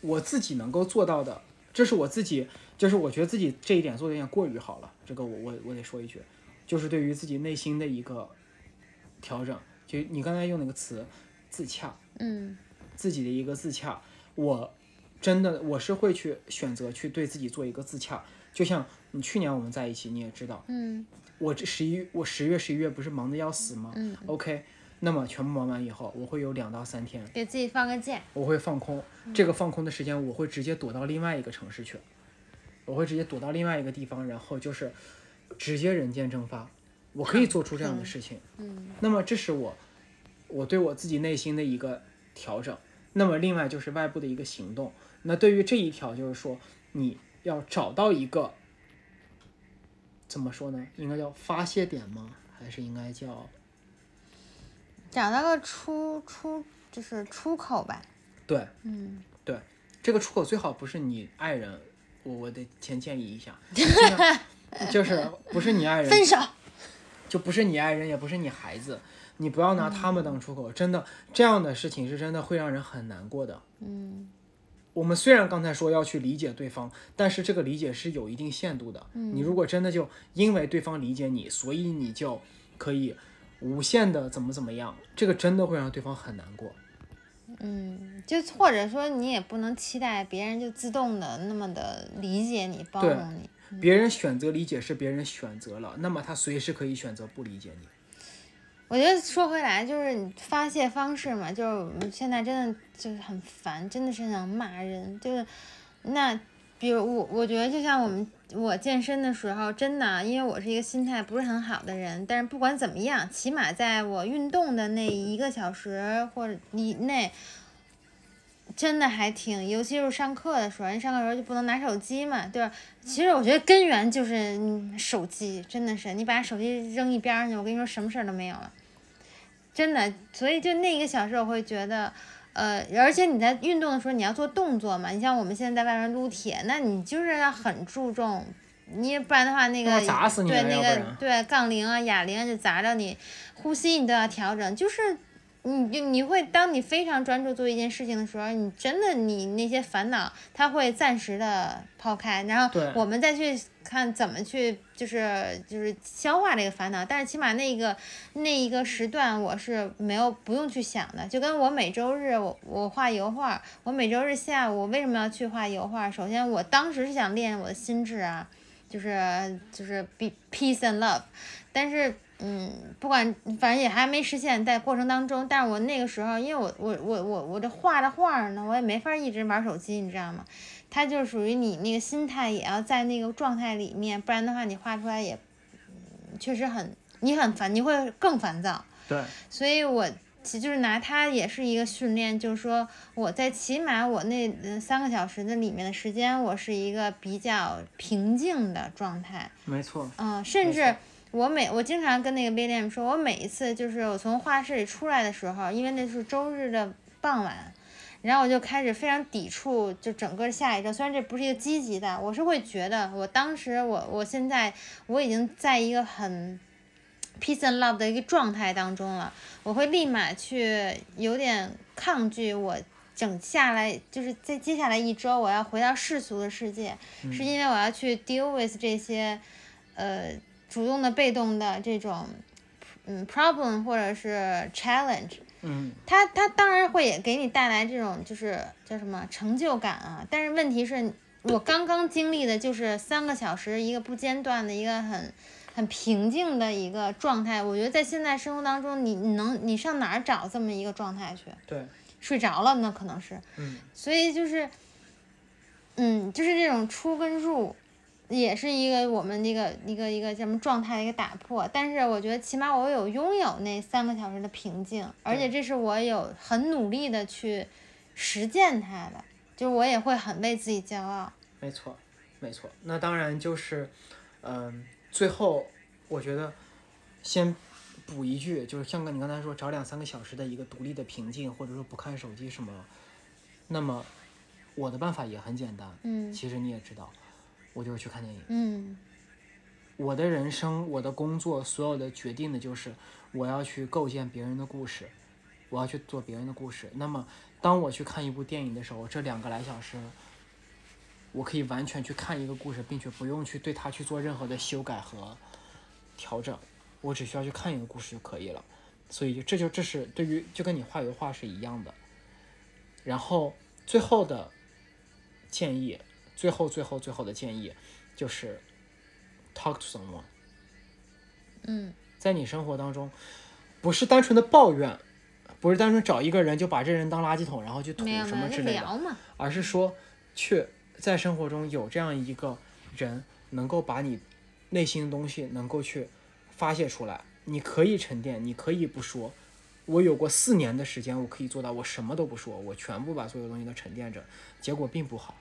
我自己能够做到的，这是我自己，就是我觉得自己这一点做的有点过于好了，这个我我我得说一句，就是对于自己内心的一个调整，就你刚才用那个词自洽。嗯自己的一个自洽，我真的我是会去选择去对自己做一个自洽。就像你去年我们在一起，你也知道，嗯我这十一我十月十一月不是忙得要死吗、嗯， o k 那么全部忙完以后，我会有两到三天，给自己放个假。我会放空。这个放空的时间，我会直接躲到另外一个城市去，我会直接躲到另外一个地方，然后就是直接人间蒸发。我可以做出这样的事情。嗯那么这是我我对我自己内心的一个调整。那么另外就是外部的一个行动。那对于这一条，就是说你要找到一个怎么说呢？应该叫发泄点吗？还是应该叫找到个出出就是出口吧。对嗯，对？这个出口最好不是你爱人，我我得先建议一下， 就是就是不是你爱人嗯分手。就不是你爱人，也不是你孩子，你不要拿他们当出口，真的这样的事情是真的会让人很难过的。嗯我们虽然刚才说要去理解对方，但是这个理解是有一定限度的。你如果真的就因为对方理解你，所以你就可以无限的怎么怎么样，这个真的会让对方很难过。嗯，就或者说你也不能期待别人就自动的那么的理解你、包对容你。别人选择理解是别人选择了，那么他随时可以选择不理解你。我觉得说回来，就是你发泄方式嘛，就是我们现在真的就是很烦，真的是想骂人。就是那，比如我，我觉得就像我们我健身的时候，真的，啊因为我是一个心态不是很好的人，但是不管怎么样，起码在我运动的那一个小时或者以内，真的还挺，尤其是上课的时候，人上课的时候就不能拿手机嘛，对吧？其实我觉得根源就是嗯手机，真的是你把手机扔一边儿去，我跟你说什么事儿都没有了，真的。所以就那一个小时，我会觉得，呃，而且你在运动的时候你要做动作嘛，你像我们现在在外面撸铁，那你就是要很注重，你也不然的话那要个砸死你对了那要不个然对杠铃啊哑铃啊就砸着你，呼吸你都要调整，就是。你就你会，当你非常专注做一件事情的时候，你真的你那些烦恼，它会暂时的抛开，然后对我们再去看怎么去，就是就是消化这个烦恼。但是起码那个那一个时段，我是没有不用去想的。就跟我每周日我我画油画，我每周日下午我为什么要去画油画？首先我当时是想练我的心智啊，就是就是 be peace and love，但是嗯，不管反正也还没实现，在过程当中，但是我那个时候，因为我我我我我这画着画儿呢，我也没法一直玩手机，你知道吗？它就属于你那个心态也要在那个状态里面，不然的话你画出来也，嗯确实很你很烦，你会更烦躁。对，所以我其实就是拿它也是一个训练，就是说我在起码我那呃三个小时的里面的时间，我是一个比较平静的状态。没错，嗯，甚没至错我每我经常跟那个 William 说，我每一次就是我从画室里出来的时候，因为那是周日的傍晚，然后我就开始非常抵触，就整个下一周。虽然这不是一个积极的，我是会觉得我当时我我现在我已经在一个很 peace and love 的一个状态当中了，我会立马去有点抗拒我。整下来就是在接下来一周，我要回到世俗的世界，嗯是因为我要去 deal with 这些，呃，主动的、被动的这种，嗯，problem 或者是 challenge。嗯，它它当然会也给你带来这种就是叫什么成就感啊，但是问题是我刚刚经历的就是三个小时一个不间断的一个很很平静的一个状态，我觉得在现在生活当中，你你能你上哪儿找这么一个状态去？对，睡着了呢，可能是，嗯，所以就是，嗯，就是这种出跟入，也是一个我们那个一个一个什么状态的一个打破。但是我觉得起码我有拥有那三个小时的平静，而且这是我有很努力的去实践它的，就是我也会很为自己骄傲。没错，没错。那当然就是，嗯、最后我觉得先补一句，就是像你刚才说，找两三个小时的一个独立的平静，或者说不看手机什么，那么我的办法也很简单，嗯其实你也知道，我就是去看电影。嗯我的人生，我的工作，所有的决定的就是我要去构建别人的故事，我要去做别人的故事。那么，当我去看一部电影的时候，这两个来小时，我可以完全去看一个故事，并且不用去对它去做任何的修改和调整，我只需要去看一个故事就可以了。所以，这就这是对于就跟你画油画是一样的。然后最后的建议，最后最后最后的建议就是 talk to someone。嗯在你生活当中，不是单纯的抱怨，不是单纯找一个人就把这人当垃圾桶，然后去吐嗯没有什没么有，之就类的，聊嘛，而是说，去在生活中有这样一个人，能够把你内心的东西能够去发泄出来。你可以沉淀，你可以不说。我有过四年的时间，我可以做到，我什么都不说，我全部把所有东西都沉淀着，结果并不好，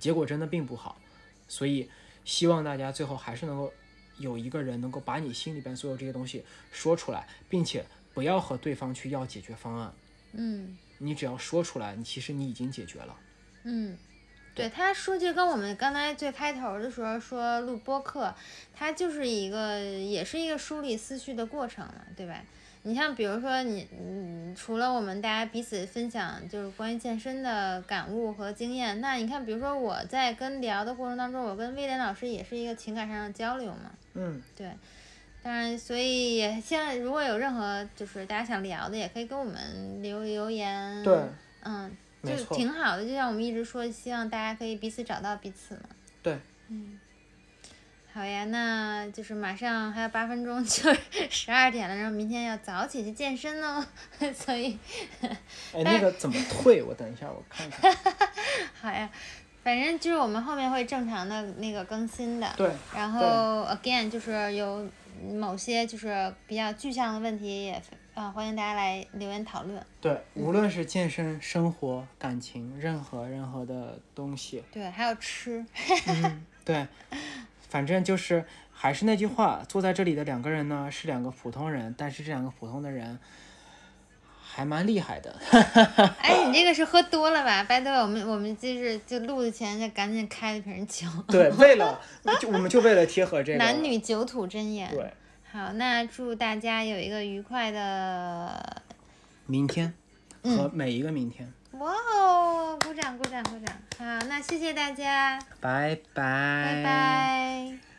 结果真的并不好。所以希望大家最后还是能够有一个人能够把你心里边所有这些东西说出来，并且不要和对方去要解决方案。嗯你只要说出来，你其实你已经解决了。嗯。对他说，就跟我们刚才最开头的时候说录播课，它就是一个，也是一个梳理思绪的过程了，对吧？你像比如说你，嗯，除了我们大家彼此分享就是关于健身的感悟和经验，那你看，比如说我在跟聊的过程当中，我跟威廉老师也是一个情感上的交流嘛，嗯，对。当然，所以也现在如果有任何就是大家想聊的，也可以跟我们留留言。对，嗯，没就错挺好的。就像我们一直说，希望大家可以彼此找到彼此嘛。对，嗯，好呀，那就是马上还有八分钟就 十二点了，然后明天要早起去健身哦， 所以哎，那个怎么退？我等一下我 看看。好呀，反正就是我们后面会正常的那个更新的。对，然后 again 就是有某些就是比较具象的问题也，啊、欢迎大家来留言讨论。对，无论是健身、生活、感情，任何任何的东西，对，还有吃，对，反正就是还是那句话，坐在这里的两个人呢是两个普通人，但是这两个普通的人还蛮厉害的。 哎，你这个是喝多了吧？拜托，我们我们就是就录之前就赶紧开了瓶酒。对，为了就我们就为了贴合这个男女九土真言。对，好，那祝大家有一个愉快的，明天嗯和每一个明天，哇哦，鼓掌鼓掌鼓掌！好，那谢谢大家，拜拜，拜拜